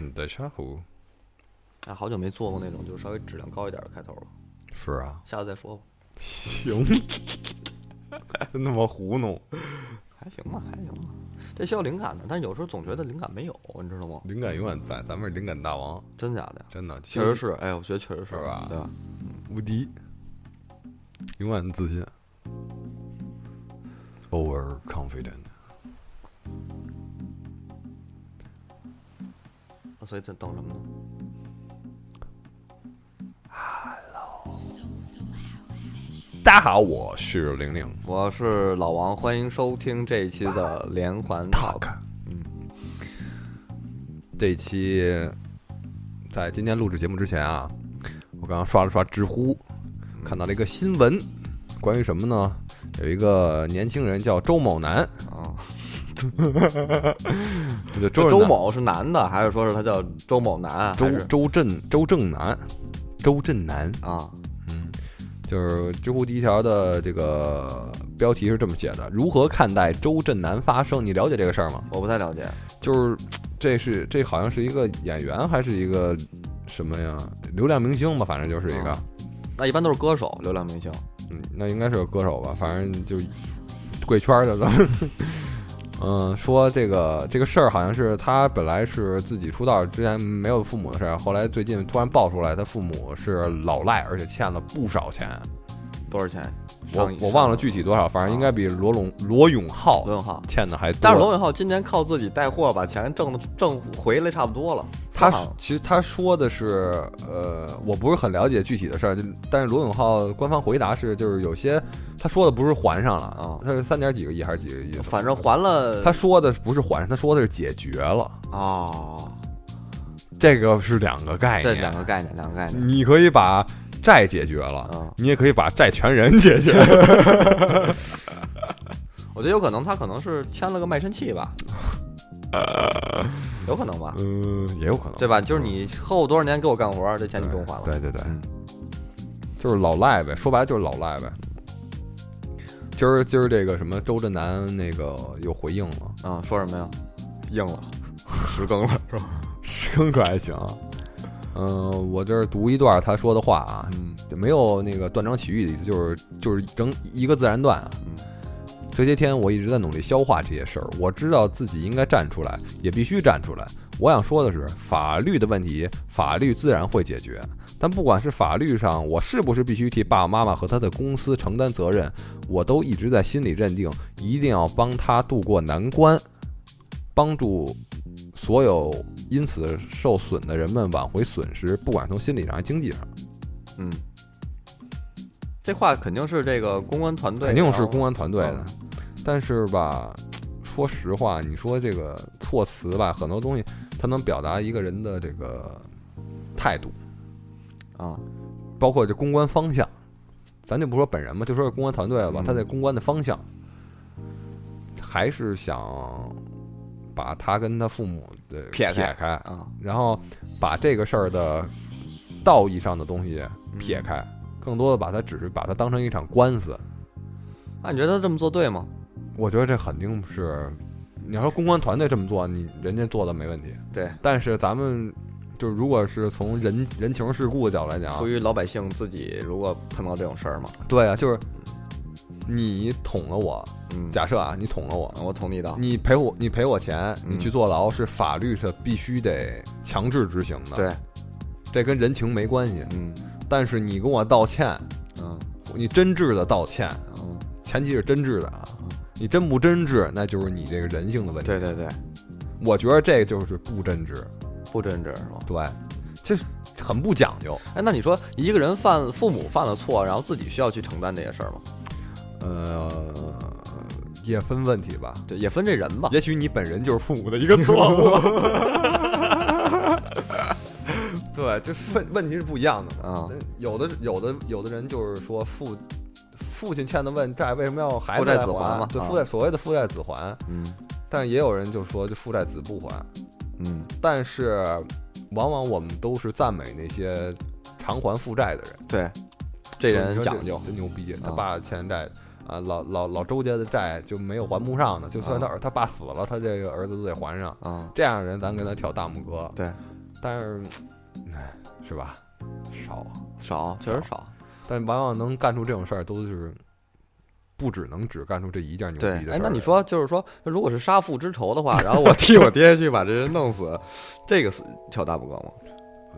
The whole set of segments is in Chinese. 嗯，对，茶壶啊，好久没做过那种就是稍微质量高一点的开头了，是啊，下次再说吧。行， 那么糊弄，还行吧，还行吧，这需要灵感的，但是有时候总觉得灵感没有，你知道吗？灵感永远在，咱们是灵感大王，真假的呀？真的，确实是，哎，我觉得确实是是吧对吧？无敌，永远自信，overconfident。那所以在等什么呢？大家好，我是玲玲我是老王，欢迎收听这一期的连环 talk。，Talk，啊嗯，这一期在今天录制节目之前啊，我刚刚刷了刷知乎，看到了一个新闻，关于什么呢？有一个年轻人叫周某男，啊，就这周周周某是男的，还是说是他叫周某男？啊还周是周震周正南，周震南，啊，就是知乎第一条的这个标题是这么写的：如何看待周震南发声？你了解这个事儿吗？我不太了解。就是这是这好像是一个演员还是一个什么呀？流量明星吧，反正就是一个啊，那一般都是歌手、流量明星。嗯，那应该是个歌手吧，反正就贵圈儿的，咱们嗯，说这个这个事儿好像是他本来是自己出道之前没有父母的事儿，后来最近突然爆出来，他父母是老赖，而且欠了不少钱，多少钱？我上亿啊我忘了具体。多少，反正应该比罗永罗永浩罗永浩欠的还多。但是罗永浩今年靠自己带货把钱挣的挣回来差不多了。他多少是其实他说的是，呃，我不是很了解具体的事儿，就但是罗永浩官方回答是，就是有些他说的不是还上了，啊他是三点几个亿还是几个亿？反正还了他说的不是还上，他说的是解决了，哦，这个是两个概这念。啊两个概念，两个概念。你可以把债解决了，啊你也可以把债权人解决。 我觉得有可能他可能是签了个卖身契 吧，有可能吧，嗯，也有可能，对吧？就是你后多少年给我干活，这钱你对不用还了。对对对，嗯就是老赖呗，说白了就是老赖呗。今儿今儿这个什么周震南那个又回应了， 啊，说什么呀？硬 了，十更了是吧？十更可还行。嗯、我这儿读一段他说的话啊，嗯没有那个断章取义的意思，就是就是整一个自然段啊。嗯这些天我一直在努力消化这些事儿，我知道自己应该站出来，也必须站出来。我想说的是，法律的问题，法律自然会解决。但不管是法律上，我是不是必须替爸爸妈妈和他的公司承担责任，我都一直在心里认定，一定要帮他渡过难关，帮助所有因此受损的人们挽回损失，不管从心理上还是经济上，嗯，这话肯定是这个公关团队，肯定是然后嗯公安团队的。但是吧，说实话，你说这个措辞吧，很多东西它能表达一个人的这个态度，啊，包括这公关方向。咱就不说本人嘛，就说是公关团队了吧，嗯他在公关的方向，还是想把他跟他父母的撇开开，啊，然后把这个事儿的道义上的东西撇开，嗯更多的把它只是把它当成一场官司。那你觉得他这么做对吗？我觉得这肯定是，你要说公关团队这么做，你人家做的没问题。对，但是咱们就是如果是从人人情世故的角度来讲出，于老百姓自己如果碰到这种事儿嘛，对啊，就是你捅了我，嗯，假设啊，你捅了我，我同意的，你赔我你赔我钱，嗯你去坐牢是法律是必须得强制执行的，，对，这跟人情没关系。嗯但是你跟我道歉，嗯你真挚的道歉，嗯，前提是真挚的啊嗯，你真不真挚，那就是你这个人性的问题。对对对，我觉得这就是不真挚。不真挚是吧？对，这是很不讲究。哎，那你说一个人犯父母犯了错，然后自己需要去承担这些事儿吗？呃，也分问题吧。对，也分这人吧。也许你本人就是父母的一 个错误。对，这分问题是不一样的嘛。啊，那有的有的有的人就是说父父亲欠的问债，为什么要孩父子债来子还嘛对，啊父债所谓的父债子还，嗯但也有人就说这父债子不还。嗯，但是往往我们都是赞美那些偿还负债的人。对，这人说讲究你说这，真牛逼，他啊爸欠债，啊，老老老周家的债就没有还不上的，就算他儿他爸死了，他这个儿子都得还上。啊，这样的人，咱跟他挑大拇哥。对，但是，唉，是吧？少，少，确实少。但往往能干出这种事儿，都是不只能只干出这一件牛逼的对事，儿。哎，那你说，就是说，如果是杀父之仇的话，然后我替我爹去把这人弄死， 这个是挑大拇哥吗？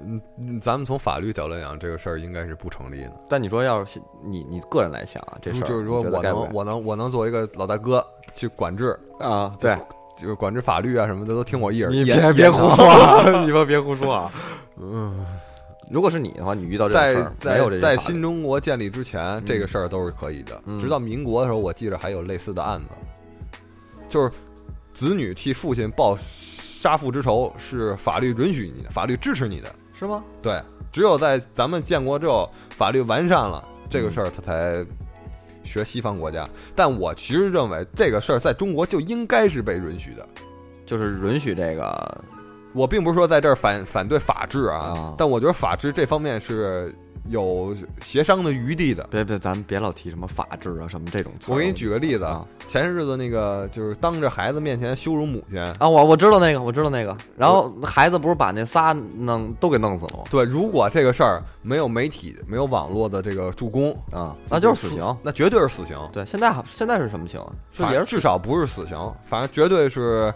嗯，嗯，咱们从法律角度来讲，这个事儿应该是不成立的。但你说，要是你你个人来想啊，这事儿就是说，你觉得我该不该能，我能，我能作为一个老大哥去管制，啊，对，就是管制法律啊什么的，都听我一人。也你别也别胡说，啊， 你们别胡说啊！嗯，如果是你的话，你遇到这种事在儿没有这在在些法律新中国建立之前，这个事儿都是可以的。嗯直到民国的时候，我记着还有类似的案子，就是子女替父亲报杀父之仇是法律允许你的，法律支持你的。是吗？对，只有在咱们建国之后，法律完善了，这嗯个事儿他才学西方国家。但我其实认为这个事儿在中国就应该是被允许的。就是允许这个，我并不是说在这儿反反对法治啊，啊但我觉得法治这方面是有协商的余地的。别别，咱们别老提什么法治啊什么这种词儿。我给你举个例子，啊前些日子那个就是当着孩子面前羞辱母亲，啊，我我知道那个，我知道那个。然后孩子不是把那仨弄都给弄死了吗？对，如果这个事儿没有媒体、没有网络的这个助攻，啊，那就是死刑。那绝对是死刑。对，现在现在是什么刑啊？是反也正是至少不是死刑，反正绝对是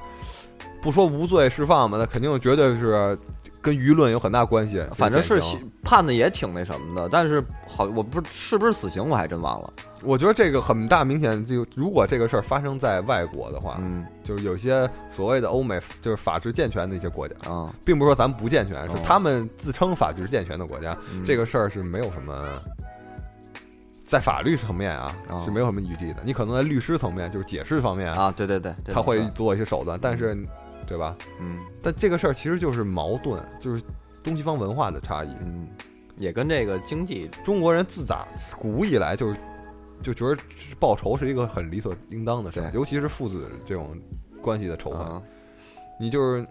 不说无罪释放吧，那肯定绝对是跟舆论有很大关系。反正这个是减刑判的也挺那什么的，但是好，我不是是不是死刑，我还真忘了。我觉得这个很大明显就，如果这个事儿发生在外国的话，嗯就是有些所谓的欧美就是法治健全的一些国家，啊，并不是说咱们不健全，是哦他们自称法治健全的国家，嗯这个事儿是没有什么。在法律层面啊哦是没有什么余地的，你可能在律师层面就是解释方面，啊，对对对，这他倒会是做一些手段，但是对吧？嗯但这个事儿其实就是矛盾，就是东西方文化的差异。嗯，也跟这个经济中国人自打古以来就是就觉得报仇是一个很理所应当的事儿，对尤其是父子这种关系的仇恨，啊你就是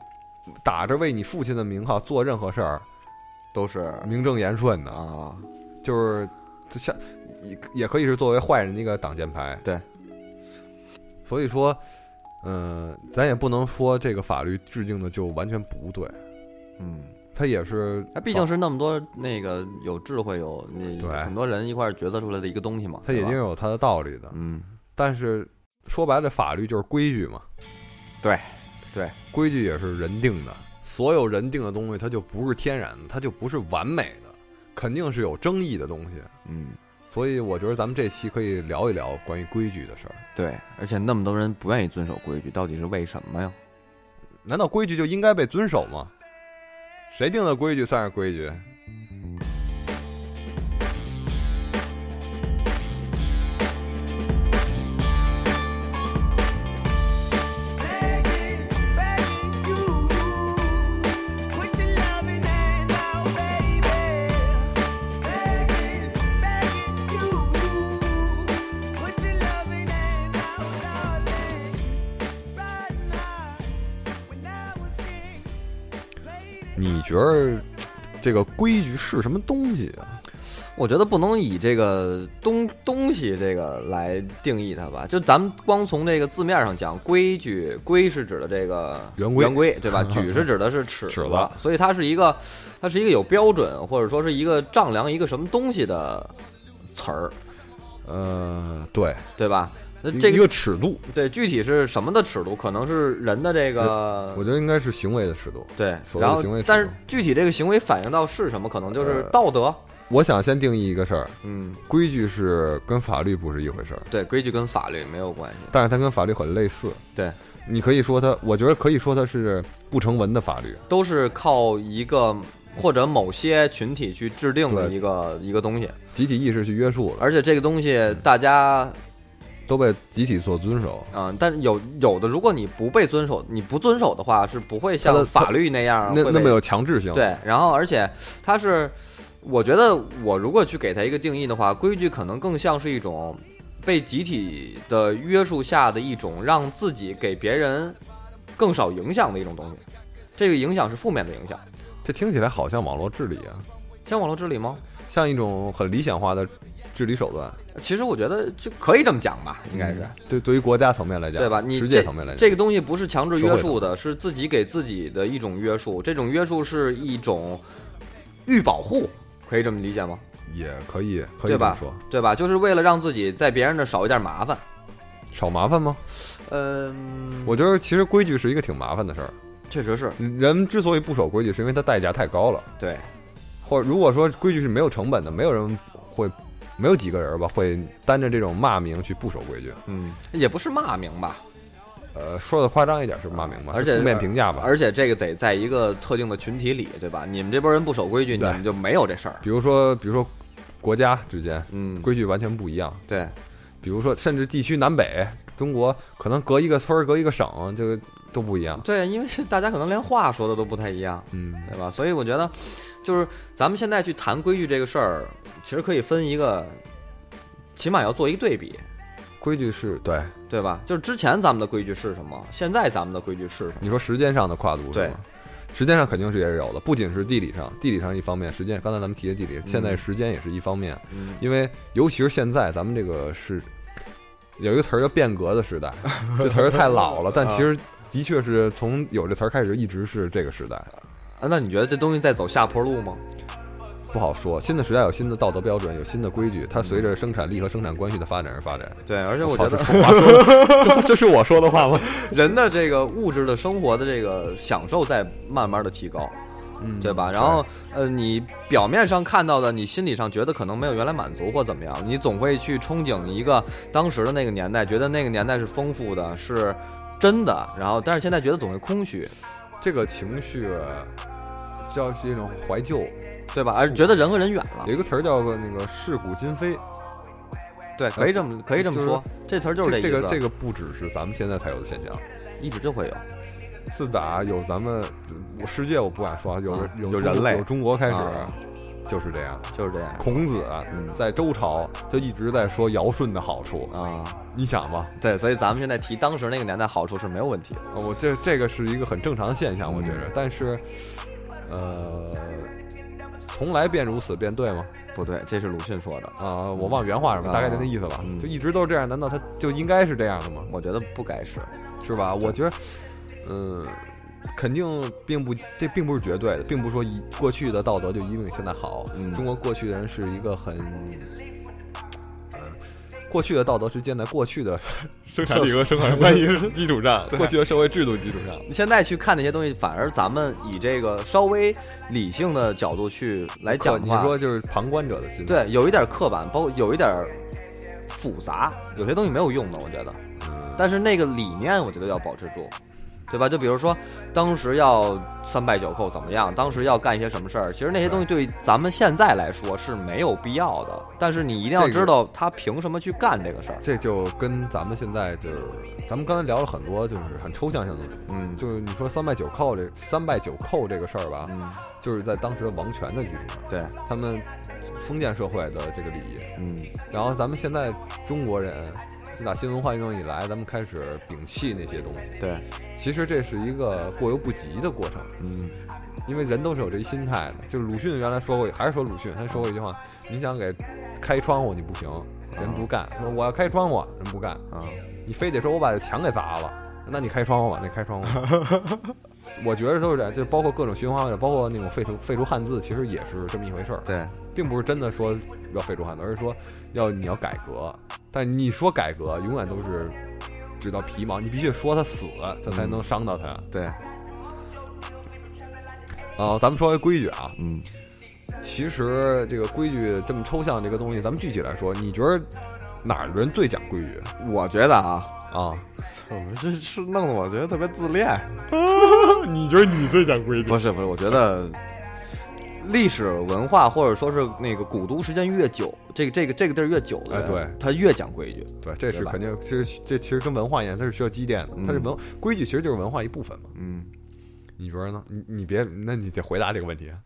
打着为你父亲的名号做任何事儿，都是名正言顺的，啊，就是就像也也可以是作为坏人的一个挡箭牌。对，所以说，嗯、咱也不能说这个法律制定的就完全不对，嗯。它也是它毕竟是那么多那个有智慧有那对很多人一块儿决策出来的一个东西嘛，它也一定对吧有它的道理的。嗯但是说白了，法律就是规矩嘛。对，对，规矩也是人定的，所有人定的东西，它就不是天然的，它就不是完美的，肯定是有争议的东西。嗯所以我觉得咱们这期可以聊一聊关于规矩的事儿。对，而且那么多人不愿意遵守规矩，到底是为什么呀？难道规矩就应该被遵守吗？谁定的规矩算是规矩？ Begging, begging you, put your loving hand out, baby. Begging, begging you, put your loving hand out, darling. Right now, when I was king, played it 你觉得这个规矩是什么东西啊？我觉得不能以这个东东西这个来定义它吧，就咱们光从这个字面上讲，规矩规是指的这个圆规圆规 对吧？矩是指的是尺尺子子，所以它是一个它是一个有标准或者说是一个丈量一个什么东西的词儿，呃，对，对吧？那这一个尺度，对，具体是什么的尺度，可能是人的这个我觉得应该是行为的尺度。对，所谓然的后行为尺但是度具体这个行为反映到是什么，可能就是呃道德，我想先定义一个事儿，嗯，规矩是跟法律不是一回事儿，对，规矩跟法律没有关系，但是它跟法律很类似。对，你可以说它，我觉得可以说它是不成文的法律。都是靠一个或者某些群体去制定的对一个一个东西，集体意识去约束了，而且这个东西大家，都被集体所遵守。嗯、但是有有的，如果你不被遵守，你不遵守的话，是不会它像的法律那样那啊会那被么有强制性，，对，然后而且它是，我觉得我如果去给它一个定义的话，规矩可能更像是一种被集体的约束下的一种让自己给别人更少影响的一种东西。这个影响是负面的影响，这听起来好像网络治理啊。像网络治理吗？像一种很理想化的治理手段，其实我觉得就可以这么讲吧，应该是。嗯对对于国家层面来讲，对吧？你世界这层面来讲，这个东西不是强制约社束会的，是自己给自己的一种约束。这种约束是一种预保护，可以这么理解吗？也可以可以对这么吧说，？对吧？就是为了让自己在别人那儿少一点麻烦。少麻烦吗？嗯，我觉得其实规矩是一个挺麻烦的事儿。确实是人之所以不守规矩，是因为它代价太高了，对，或者如果说规矩是没有成本的，没有人会，没有几个人吧会担着这种骂名去不守规矩。嗯，也不是骂名吧，呃，说的夸张一点是骂名吧，而是且负面评价吧。而且这个得在一个特定的群体里，对吧？你们这波人不守规矩，你对们就没有这事儿。比如说，比如说国家之间嗯，规矩完全不一样，对，比如说甚至地区南北，中国可能隔一个村儿、隔一个省，这个都不一样。对，因为是大家可能连话说的都不太一样，嗯，对吧？所以我觉得，就是咱们现在去谈规矩这个事儿，其实可以分一个，起码要做一个对比，规矩是对对吧？就是之前咱们的规矩是什么，现在咱们的规矩是什么？你说时间上的跨度是对吗？时间上肯定是也是有的，不仅是地理上，地理上一方面，时间刚才咱们提的地理，现在时间也是一方面，嗯因为尤其是现在咱们这个是有一个词儿叫变革的 时代，这词儿太老了，但其实的确是从有这词儿开始一直是这个时代，啊那你觉得这东西在走下坡路吗？不好说。新的时代有新的道德标准，有新的规矩，它随着生产力和生产关系的发展而发展。对，而且我我觉操得这话说的 这这是我说的话吗？人的这个物质的生活的这个享受在慢慢的提高，嗯对吧？然后呃，你表面上看到的，你心理上觉得可能没有原来满足或怎么样，你总会去憧憬一个当时的那个年代，觉得那个年代是丰富的，是真的。然后，但是现在觉得总会空虚，这个情绪啊叫是一种怀旧，对吧？而觉得人和人远了有，一个词儿叫个那个世古今非，对，可以这么可以这么说，这词儿就是这意个思，啊这个不只是咱们现在才有的现象。一直就会有。自打有咱们我世界，我不敢说有啊有有中人类有中国开始啊，就是这样。就是这样孔子嗯在周朝就一直在说尧舜的好处，啊、你想吧，对，所以咱们现在提当时那个年代好处是没有问题的，我这这个是一个很正常的现象，嗯我觉着。但是，呃，从来便如此便对吗？不对，这是鲁迅说的，啊，我忘原话什么，啊大概就那意思吧嗯。就一直都是这样，难道他就应该是这样的吗？我觉得不该是，是吧？我觉得，嗯，肯定并不，这并不是绝对的，并不是说一过去的道德就一定比现在好。嗯中国过去的人是一个很，呃，过去的道德是建在过去的生产力和生产关系基础上，过去的社会制度基础上。你现在去看那些东西，反而咱们以这个稍微理性的角度去来可讲你的话，说就是旁观者的心态，对，有一点刻板，包括有一点复杂，有些东西没有用的，我觉得。嗯，但是那个理念，我觉得要保持住，对吧？就比如说，当时要三拜九叩怎么样，当时要干一些什么事儿，其实那些东西对于咱们现在来说是没有必要的。但是你一定要这个知道他凭什么去干这个事儿。这就跟咱们现在就是，咱们刚才聊了很多，就是很抽象性的东西。嗯就是你说三拜九叩这三拜九叩这个事儿吧，嗯，就是在当时的王权的基础上，对，他们封建社会的这个礼仪。嗯，然后咱们现在中国人，自打新文化运动以来，咱们开始摒弃那些东西。对，其实这是一个过犹不及的过程，嗯，因为人都是有这一心态的。就是鲁迅原来说过，还是说鲁迅，他说过一句话：你想给开窗户，你不行，人不干；说我要开窗户，人不干。啊，你非得说我把这墙给砸了，那你开窗 户吧，那开窗户。我觉得都是这样，就包括各种循环，包括那种废除废除汉字，其实也是这么一回事儿，对，并不是真的说要废除汉字，而是说要你要改革。但你说改革，永远都是只到皮毛，你必须得说他死，他才能伤到他。对，啊，咱们说回规矩啊，嗯，其实这个规矩这么抽象这个东西，咱们具体来说，你觉得哪儿的人最讲规矩我觉得啊，啊？我们这是弄得我觉得特别自恋。 你觉得你最讲规矩？不是不是，我觉得历史文化或者说是那个古都时间越久，这个这个这个地儿越久的人，哎对他越讲规矩。对，这是对吧肯定，这是这其实跟文化一样，它是需要积淀的。它是文规矩，其实就是文化一部分嘛。嗯，嗯你觉得呢？你你别，那你得回答这个问题啊。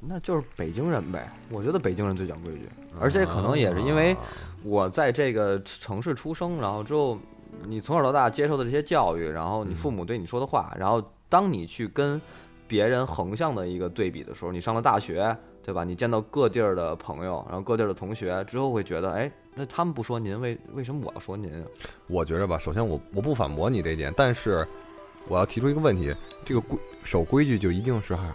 那就是北京人呗。我觉得北京人最讲规矩，而且可能也是因啊为我在这个城市出生，然后之后你从小到大接受的这些教育，然后你父母对你说的话，然后当你去跟别人横向的一个对比的时候，你上了大学，对吧？你见到各地儿的朋友，然后各地儿的同学之后，会觉得，哎，那他们不说您，为为什么我要说您？我觉着吧，首先我我不反驳你这一点，但是我要提出一个问题：这个规守规矩就一定是还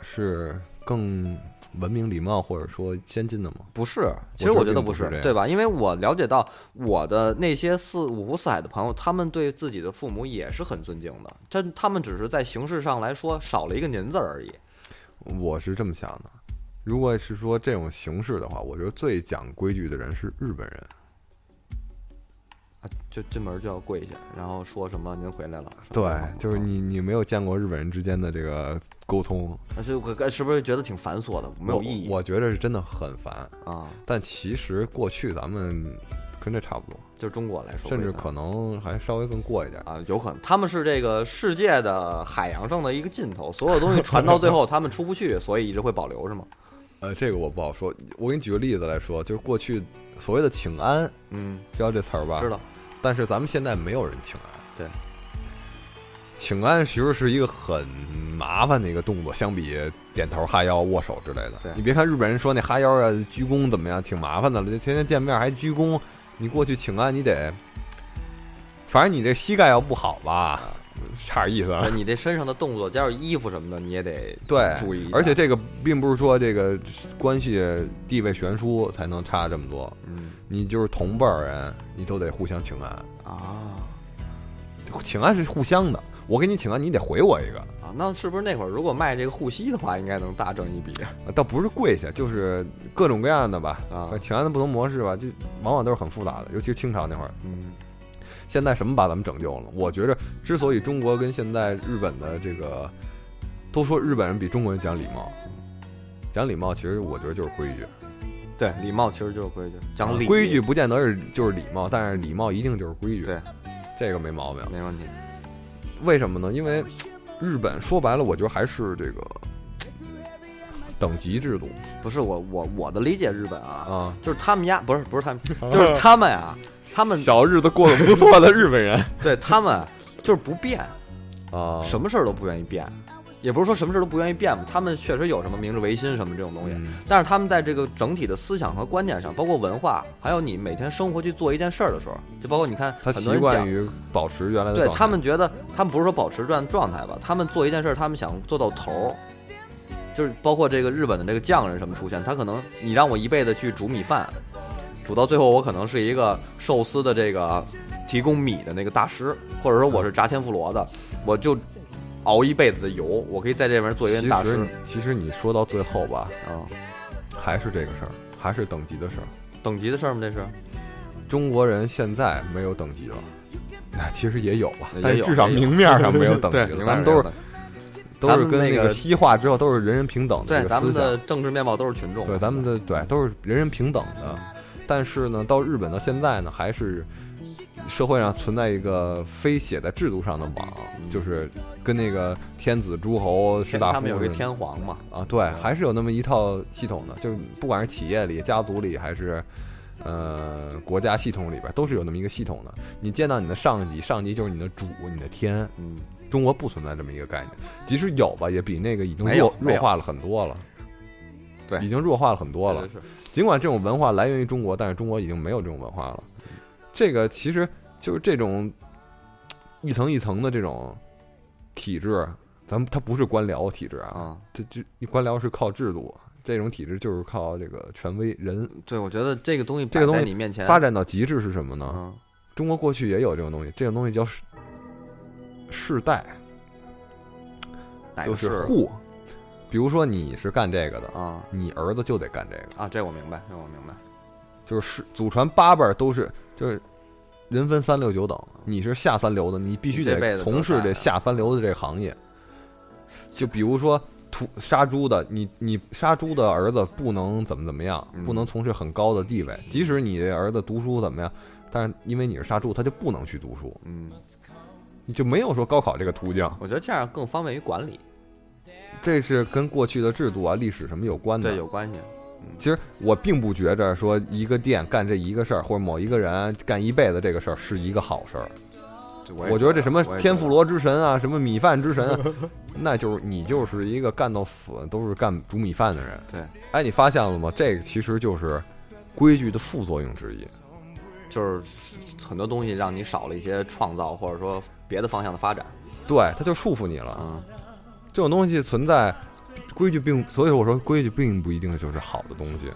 是更文明礼貌或者说先进的吗？不是，其觉得实我觉并得不不是这样对吧？因为我了解到我的那些四五湖四海的朋友，他们对自己的父母也是很尊敬的，这他们只是在形式上来说少了一个“您”字儿而已。我是这么想的。如果是说这种形式的话，我觉得最讲规矩的人是日本人。啊，就进门就要跪下，然后说什么“您回来了”什么对的。，就是你你没有见过日本人之间的这个沟通，那就我是不是觉得挺繁琐的，没有我意义我觉着是真的很烦。啊？但其实过去咱们跟这差不多，就中国来说，甚至为啥可能还稍微更过一点。啊，有可能他们是这个世界的海洋上的一个尽头，所有东西传到最后他们出不去，所以一直会保留是吗？呃，这个我不好说。我给你举个例子来说，就是过去所谓的请安，嗯，知道这词儿吧？知。道，但是咱们现在没有人请安。对，请安其实是一个很麻烦的一个动作，相比点头、哈腰、握手之类的。对你别看日本人说那哈腰啊、鞠躬怎么样，挺麻烦的了，就天天见面还鞠躬，你过去请安，你得，反正你这膝盖要不好吧，差点意思啊。 但你这身上的动作加上衣服什么的，你也得对，注意一下而且这个并不是说这个关系地位悬殊才能差这么多，嗯你就是同辈儿人，你都得互相请安。啊请安是互相的，我给你请安，你得回我一个，啊，那是不是那会儿如果卖这个护膝的话，应该能大挣一笔？倒不是跪下，就是各种各样的吧。啊请安的不同模式吧，就往往都是很复杂的，尤其是清朝那会儿。嗯，现在什么把咱们拯救了？我觉着，之所以中国跟现在日本的这个，都说日本人比中国人讲礼貌，讲礼貌，其实我觉得就是规矩。对，礼貌其实就是规矩，讲礼啊规矩，不见得是就是礼貌，但是礼貌一定就是规矩。对，这个没毛病。没问题。为什么呢？因为日本说白了，我觉得还是这个等级制度不是我我我的理解，日本啊，啊。就是他们家不是不 是他们，就是他们啊，他们小日子过得不错的日本人对他们啊就是不变， 啊，什么么事儿都不愿意变，也不是说什么事儿都不愿意变吧，他们确实有什么明治维新什么这种东西，嗯但是他们在这个整体的思想和观念上，包括文化，还有你每天生活去做一件事儿的时候，就包括你看他很习多人惯讲。于保持原来的对状态他们觉得，他们不是说保持这样状态吧，他们做一件事儿，他们想做到头儿，就是包括这个日本的这个匠人什么出现，他可能你让我一辈子去煮米饭，煮到最后我可能是一个寿司的这个提供米的那个大师，或者说我是炸天妇罗的，我就熬一辈子的油，我可以在这边做一其遍大师实其实你说到最后吧，啊、还是这个事儿，还是等级的事儿。等级的事儿吗？这是中国人现在没有等级了，那其实也有吧，也但是有至少也有明面上没有等级对了。咱们都是都咱是们跟那那个个西化之后都是人人平等的对这咱个们思想的。政治面貌都是群众，对，咱们的对都是人人平等的，但是呢，到日本到现在呢，还是社会上存在一个非写在制度上的网，就是跟那个天子、诸侯、士天大他夫们有个似的天嗯皇嘛，啊，对，还是有那么一套系统的，就是不管是企业里、家族里，还是呃国家系统里边，都是有那么一个系统的。你见到你的上级，上级就是你的主、你的天。嗯，中国不存在这么一个概念，即使有吧，也比那个已经没有弱没弱有化了很多了。对已经弱化了很多了。真是尽管这种文化来源于中国，但是中国已经没有这种文化了。这个其实就是这种一层一层的这种体制，咱们它不是官僚体制啊，啊。这这官僚是靠制度，这种体制就是靠这个权威人。对，我觉得这个东西这个摆在东西你面前发展到极致是什么呢？嗯，中国过去也有这种东西，这种东西叫世世代，哪就个是是户。比如说你是干这个的，啊你儿子就得干这个。啊，这我明白，这我明白。就是世祖传八辈儿都是就是人分三六九等，你是下三流的，你必须你这辈得子从事就这是下三流的这个行业。就比如说屠杀猪的，你你杀猪的儿子不能怎么怎么样，嗯不能从事很高的地位，即使你的儿子读书怎么样，但是因为你是杀猪，他就不能去读书，嗯，你就没有说高考这个途径。我觉得这样更方便于管理，这是跟过去的制度啊、历史什么有关的。对，有关系。其实我并不觉着说一个店干这一个事儿，或者某一个人干一辈子这个事儿是一个好事儿。我也我觉得这什么我也觉天得妇罗之神啊，什么米饭之 神啊，那就是你就是一个干到死都是干煮米饭的人。对，哎，你发现了吗？这个其实就是规矩的副作用之一。就是很多东西让你少了一些创造，或者说别的方向的发展。对，它就束缚你了。嗯，这种东西存在，规矩并所以我说规矩并不一定就是好的东西。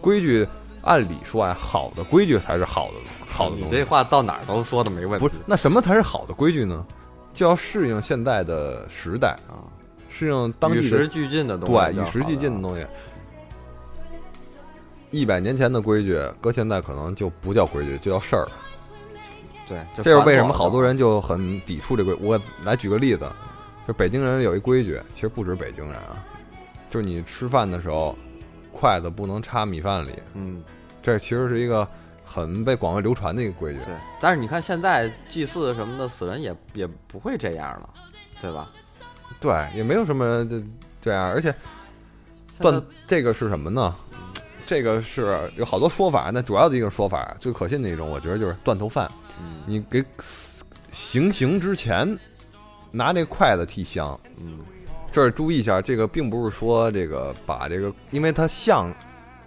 规矩按理说啊，好的规矩才是好的好的你东这西。话到哪儿都说的没问题。不是，那什么才是好的规矩呢？就要适应现代的时代，啊，适应当与地的时俱进的东西，对，与时俱进的。东西。一百年前的规矩，搁现在可能就不叫规矩，就叫事儿。对，这就是为什么好多人就很抵触这规。我来举个例子，就北京人有一规矩，其实不止北京人啊，就是你吃饭的时候，筷子不能插米饭里，嗯，这其实是一个很被广为流传的一个规矩。对。但是你看现在祭祀什么的，死人也也不会这样了，对吧？对，也没有什么这这样，而且现断在这个是什么呢？这个是有好多说法，那主要的一个说法最可信的一种，我觉得就是断头饭。嗯你给行刑之前拿这筷子剃香，嗯这儿注意一下，这个并不是说这个把这个，因为它像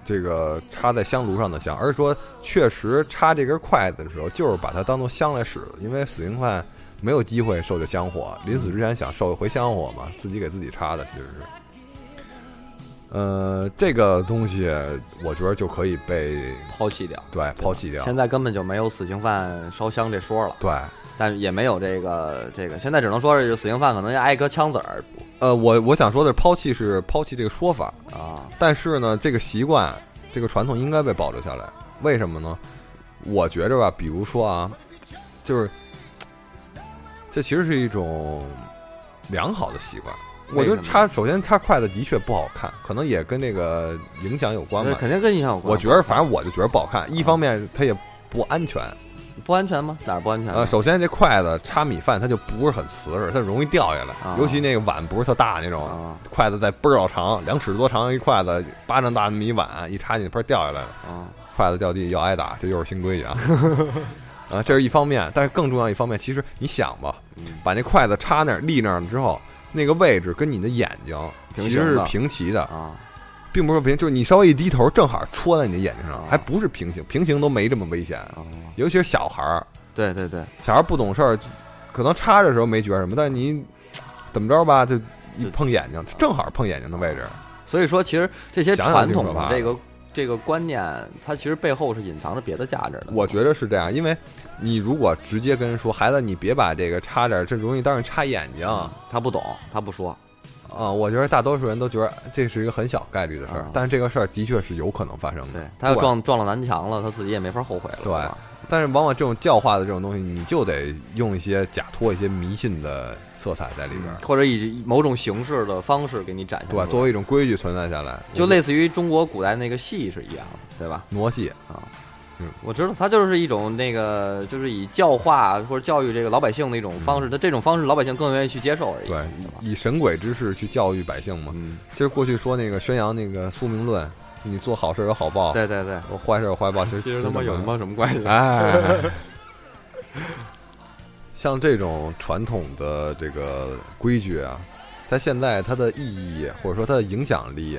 这个插在香炉上的香，而是说确实插这根筷子的时候，就是把它当做香来使的，因为死刑犯没有机会受这香火，临死之前想受一回香火嘛，自己给自己插的其实是。呃，这个东西我觉得就可以被抛弃掉。对抛弃掉，现在根本就没有死刑犯烧香这说了，对。但也没有这个这个，现在只能说是死刑犯可能要挨一颗枪子儿呃，我我想说的是，抛弃是抛弃这个说法，啊，但是呢，这个习惯、这个传统应该被保留下来。为什么呢？我觉着吧，比如说啊，就是这其实是一种良好的习惯。我觉为什得么插，首先插筷子的确不好看，可能也跟这个影响有关那吧。肯定跟影响有关。我觉得，反正我就觉得不好啊看。一方面，它也不安全。不安全吗？哪儿不安全啊？呃，首先这筷子插米饭，它就不是很瓷实，它容易掉下来。啊尤其那个碗不是特大那种，啊筷子在倍儿老长，两尺多长一筷子，巴掌大那么一碗，一插进去，啪掉下来了。啊，筷子掉地要挨打，这又是新规矩 啊。啊，这是一方面，但是更重要一方面，其实你想吧，嗯把那筷子插那儿立那儿了之后，那个位置跟你的眼睛其实平行是的平齐的，啊，并不是平，就是你稍微一低头，正好戳在你的眼睛上啊，还不是平行，平行都没这么危险。哦尤其是小孩儿，对对对，小孩儿不懂事儿，可能插的时候没觉得什么，但你怎么着吧，就一就碰眼睛，正好碰眼睛的位置。所以说其实这些想想传挺统可怕的的这个这个观念，它其实背后是隐藏着别的价值的。我觉得是这样，因为你如果直接跟人说，孩子，你别把这个插这儿，这容易当你插眼睛啊、他不懂，他不说，我觉得大多数人都觉得这是一个很小概率的事儿，嗯但是这个事儿的确是有可能发生的。对他要不管撞撞了南墙了，他自己也没法后悔了。对吧但是往往这种教化的这种东西，你就得用一些假托一些迷信的色彩在里边儿，或者以某种形式的方式给你展现出对吧？来，作为一种规矩存在下来，嗯就类似于中国古代那个戏是一样的，对吧？傩戏，我知道，它就是一种那个，就是以教化或者教育这个老百姓的一种方式。它这种方式，老百姓更愿意去接受而嗯已。对吧，以以神鬼之事去教育百姓嘛。嗯，就是过去说那个宣扬那个宿命论，你做好事儿有好报，对对对，我坏事儿有坏报，其实 其实他妈有什他么妈什么关系？ 啊哎，像这种传统的这个规矩啊，在现在它的意义或者说它的影响力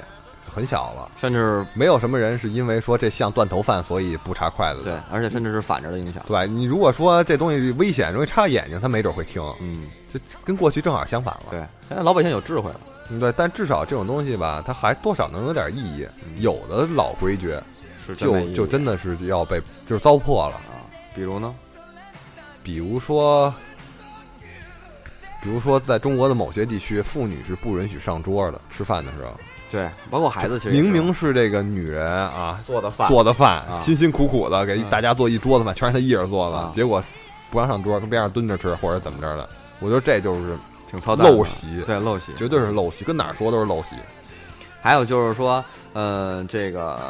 很小了。 甚至没有什么人是因为说这像断头饭，所以不插筷子对的。，而且甚至是反着的影响。对吧，你如果说这东西危险，容易插眼睛，他没准会听。嗯，这跟过去正好相反了。对，现在老百姓有智慧了。对，但至少这种东西吧，它还多少能有点意义。有的老规矩是就就真的是要被就是糟粕了。啊，比如呢，比如说，比如说，在中国的某些地区，妇女是不允许上桌的，吃饭的时候，对，包括孩子，其实也明是明是这个女人啊做的饭做的饭，啊辛辛苦苦的给嗯大家做一桌子饭，全是她一人做的，啊结果不让上桌，跟边上蹲着吃或者怎么着的，我觉得这就是挺操蛋的，陋习，对陋习，绝对是陋习，跟哪儿说都是陋习。还有就是说，呃，这个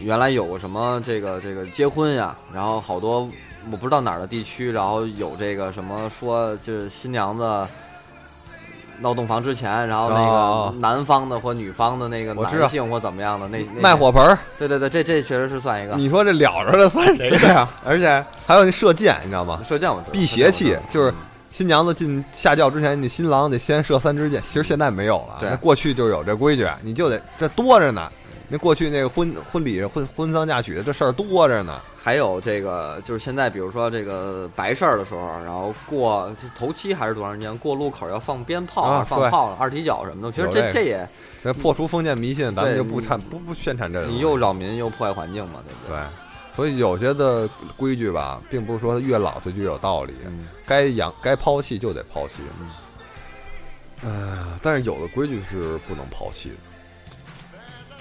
原来有个什么这个这个结婚呀，然后好多我不知道哪儿的地区，然后有这个什么说，就是新娘子闹洞房之前，然后那哦个男方的或女方的那个我知道男性或怎么样的那那啊卖火盆儿，对对对，这这确实是算一个。你说这了着了 算是这样，而且 还有那射箭，你知道吗？射箭我知道，避邪气射箭我知道就是新娘子进下轿之前，你新郎得先射三支箭。其实现在没有了，对那过去就有这规矩，你就得这多着呢。那过去那个婚婚礼婚婚丧嫁娶这事儿多着呢，还有这个，就是现在，比如说这个白事儿的时候，然后过就头七还是多长时间，过路口要放鞭炮、啊放对炮、二踢脚什么的。其实有这这个这也那破除封建迷信，咱们对就不你产不不宣传这个。你又扰民又破坏环境嘛，对不对？对，所以有些的规矩吧，并不是说越老就越有道理，嗯该养该抛弃就得抛弃。嗯呃，但是有的规矩是不能抛弃的。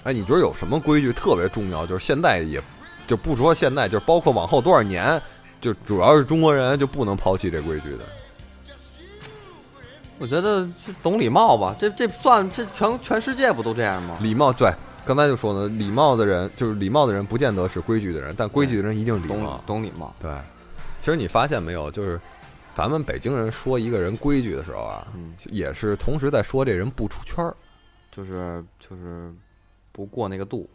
哎，你觉得有什么规矩特别重要？就是现在也，就不说现在，就是包括往后多少年，就主要是中国人就不能抛弃这规矩的。我觉得就懂礼貌吧，这这算这全全世界不都这样吗？礼貌，对，刚才就说呢，礼貌的人就是礼貌的人，不见得是规矩的人，但规矩的人一定礼懂貌。懂礼貌，对，其实你发现没有，就是咱们北京人说一个人规矩的时候啊，嗯也是同时在说这人不出圈儿。就是就是不过那个度，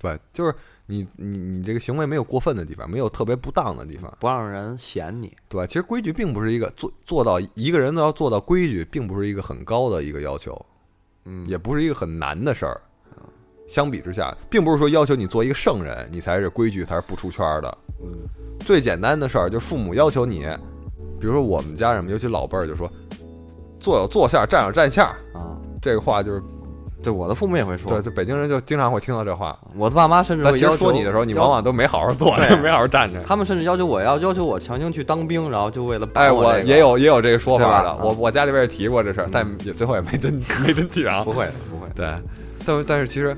对，就是你你你这个行为没有过分的地方，没有特别不当的地方，不让人嫌你。对吧？其实规矩并不是一个做做到一个人都要做到规矩，并不是一个很高的一个要求，嗯，也不是一个很难的事儿。相比之下，并不是说要求你做一个圣人，你才是规矩才是不出圈儿的。嗯最简单的事儿就是父母要求你，比如说我们家人，尤其老辈儿就说，坐有坐下，站有站下，啊，这个话就是对，我的父母也会对，说，这北京人就经常会听到这话。我的爸妈甚至但会其实要求说你的时候，你要往往都没好好坐着，对没好好站着。他们甚至要求我要要求我强行去当兵，然后就为了帮哎，我我这个也有也有这个说法对吧嗯的，啊我我家里边也提过这事儿，但也最后也没真没真去啊不。会不会，对， 但但是其实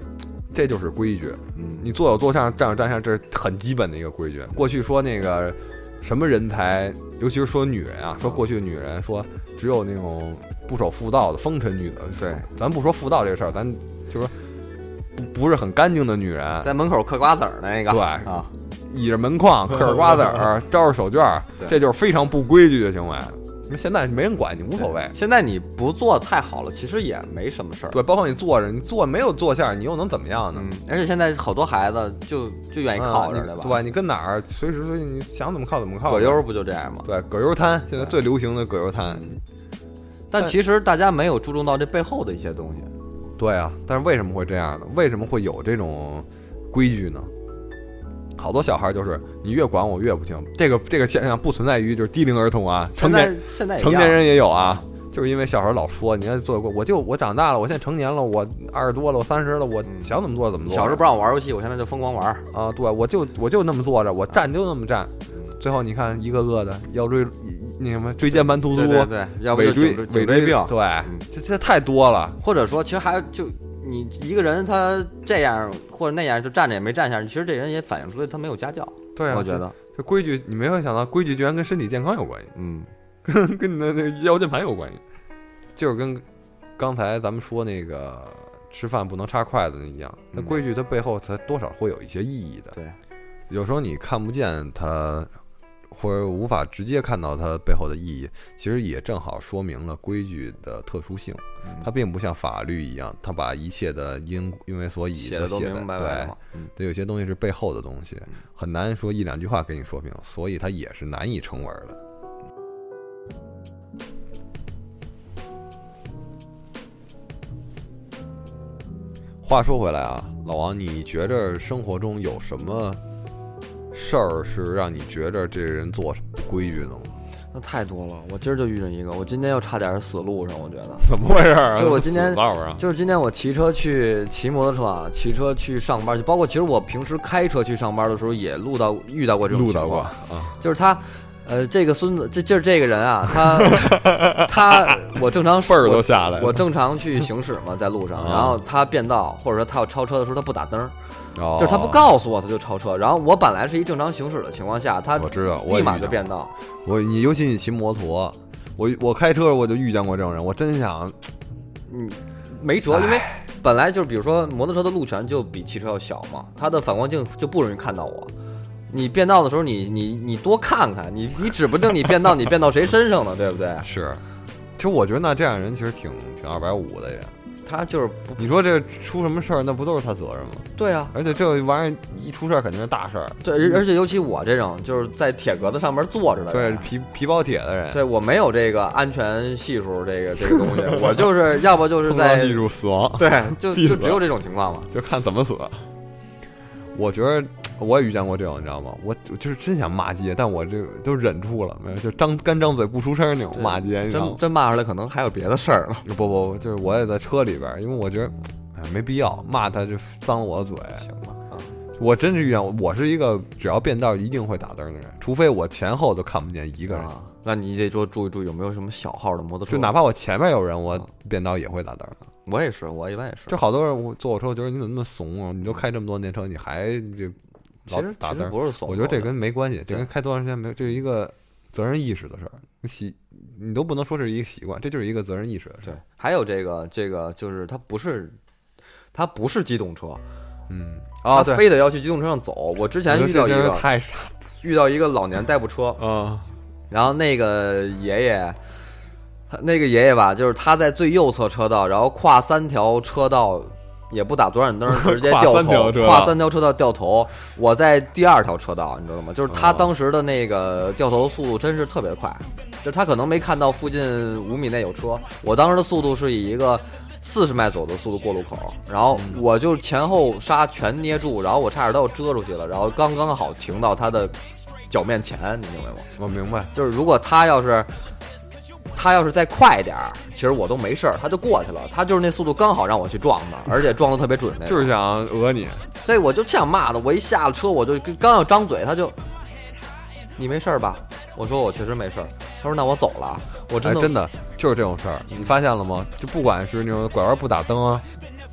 这就是规矩，嗯，你坐有坐相，站有站相，这是很基本的一个规矩。过去说那个什么人才，尤其是说女人嗯啊，说过去的女人说只有那种不守妇道的风尘女的，对，咱不说妇道这个事儿，咱就说不不是很干净的女人，在门口嗑瓜子儿那个，对啊，倚着门框嗑着瓜子 儿，招着手绢儿对，这就是非常不规矩的行为。那现在没人管你，无所谓。现在你不做太好了，其实也没什么事儿。对，包括你坐着，你坐没有坐下，你又能怎么样呢？嗯，而且现在好多孩子就就愿意靠着，嗯对你吧？对吧？你跟哪儿随时随地你想怎么靠怎么靠。葛优不就这样吗？对葛优瘫，现在最流行的葛优瘫。但但其实大家没有注重到这背后的一些东西。对啊，但是为什么会这样呢？为什么会有这种规矩呢？好多小孩就是你越管我越不听，这个这个现象不存在于就是低龄儿童啊，成现年在现在也一成样年人也有啊，就是因为小孩老说，你看做过，我就我长大了，我现在成年了，我二十多了，我三十了，我嗯想怎么做怎么做。小时候不让我玩游戏，我现在就疯狂玩儿。啊，对，我就我就那么坐着，我站就那么站。最后你看一个个的腰椎那什么椎间盘突出对，对对，要不尾就椎颈椎尾颈椎病，对嗯，这这太多了。或者说其实还就你一个人他这样或者那样就站着也没站下，其实这人也反映出来他没有家教。对啊，我觉这得，这规矩，你没有想到规矩居然跟身体健康有关系， 嗯跟跟你的那个腰间盘有关系，就是跟刚才咱们说那个吃饭不能插筷子那一样，那嗯规矩它背后它多少会有一些意义的。对，有时候你看不见它，或者无法直接看到它背后的意义，其实也正好说明了规矩的特殊性。嗯它并不像法律一样，它把一切的因因为所以写都的都写明的明白白对了嘛。。嗯它有些东西是背后的东西，很难说一两句话给你说明，所以它也是难以成文的。话说回来啊，老王，你觉着生活中有什么事儿是让你觉着这人做不规矩的吗？那太多了，我今儿就遇上一个，我今天又差点死路上，我觉得。 怎么回事啊就我今天死道啊，就是今天我骑车去骑摩托车啊，骑车去上班，就包括其实我平时开车去上班的时候也录到遇到过这种录情到况，过啊，就是他。呃，这个孙子，这就是这个人啊， 他他，我正常份儿都我下来了我正常去行驶嘛，在路上，啊然后他变道，或者说他要超车的时候，他不打灯儿，就就是他不。告诉我，他就超车。然后我本来是一正常行驶的情况下，他我知道我也立马遇就到变道，我你尤其你骑摩托，我我开车我就遇见过这种人，我真想嗯，没辙，因为本来就是，比如说摩托车的路权就比汽车要小嘛，它的反光镜就不容易看到我。你变道的时候你，你你多看看，你你指不定你变道，你变到谁身上了，对不对？是其实我觉得那这样人其实挺挺二百五的也。他就是不你说这出什么事儿，那不都是他责任吗？对啊，而且这玩意儿一出事儿肯定是大事儿，对，而而且尤其我这种就是在铁格子上面坐着的对人，啊皮皮包铁的人，对我没有这个安全系数这个这个东西， 我就是要不就是碰撞在技术死亡，对，就闭就嘴只有这种情况嘛。就看怎么死。我觉得我也遇见过这种，你知道吗？我我就是真想骂街，但我这个都忍住了，没有就张干张嘴不出声那种对骂街，你知道真吗？真骂出来，可能还有别的事儿了。不不不，就是我也在车里边儿，因为我觉得，哎，没必要骂他，就脏了我的嘴。行吧，啊，我真是遇见过，我是一个只要变道一定会打灯的人，除非我前后都看不见一个人，啊那你得多注意注意有没有什么小号的摩托车。就哪怕我前面有人，我变道也会打灯。我也是，我一般也是就。好多人我坐我车，我觉得你怎么那么怂啊？你都开这么多年车，你还就其老实打其实灯？不是怂，啊我觉得这跟没关系，这对跟开多长时间没有，这是一个责任意识的事儿。你习你都不能说这是一个习惯，这就是一个责任意识的事对儿。，还有这个这个就是它不是。它不是机动车嗯，啊，它对，非得要去机动车上走。我之前我觉得遇到这一真是个嗯太傻遇到一个老年代步车，啊，然后那个爷爷，那个爷爷吧，就是他在最右侧车道，然后跨三条车道，也不打左 转灯，直接跨掉三条头，车道跨三条车道掉头。我在第二条车道，你知道吗？嗯就是他当时的那个掉头速度真是特别快，就是他可能没看到附近五米内有车，我当时的速度是以一个。四十迈左右的速度过路口，然后嗯我就前后刹全捏住，然后我差点都要遮出去了，然后刚刚好停到他的脚面前，你明白吗？我明白。就是如果他要是他要是再快一点儿，其实我都没事儿，他就过去了。他就是那速度刚好让我去撞的，而且撞的特别准那种。 就是想讹你，对，我就这样骂的。我一下了车，我就刚要张嘴，他就你没事儿吧？我说我确实没事儿。他说那我走了。我真哎，的、真的就是这种事儿，你发现了吗？就不管是那种拐弯不打灯啊，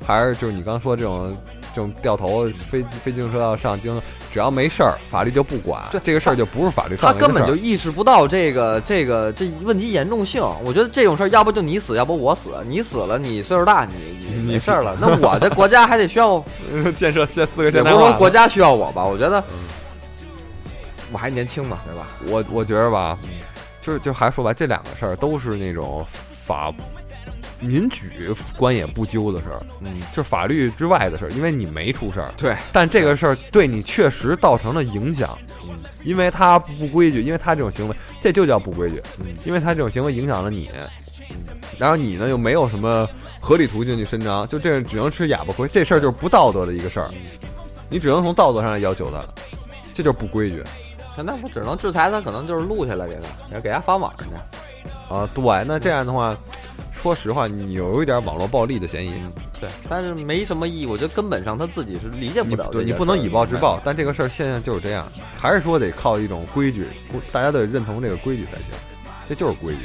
还是就是你刚说这种这种掉头非非机动车道上京，只要没事儿，法律就不管，对这个事儿就不是法律他范围的根事儿本就意识不到这个这个这问题严重性。我觉得这种事儿，要不就你死，要不我死。你死了，你岁数大，你你 你没事儿了。那我这国家还得需要 建设现四个 也现不代是化说国家需要我吧，我觉得我还年轻嘛，对吧？我我觉着吧，就是就还说白，这两个事儿都是那种法民举官也不究的事儿，嗯，就是法律之外的事儿，因为你没出事儿，对，但这个事儿对你确实造成了影响，嗯因为他不规矩，因为他这种行为，这就叫不规矩，嗯因为他这种行为影响了你。嗯然后你呢又没有什么合理途径去伸张，就这只能吃哑巴亏，这事儿就是不道德的一个事儿，你只能从道德上来要求他，这就是不规矩。那我只能制裁他，可能就是录下来给他，然后给他发网上去。啊，对，那这样的话，说实话，你有一点网络暴力的嫌疑。对，但是没什么意义，我觉得根本上他自己是理解不你了这件事儿。对你不能以暴制明暴，但这个事儿现象就是这样，还是说得靠一种规矩，规大家得认同这个规矩才行，这就是规矩，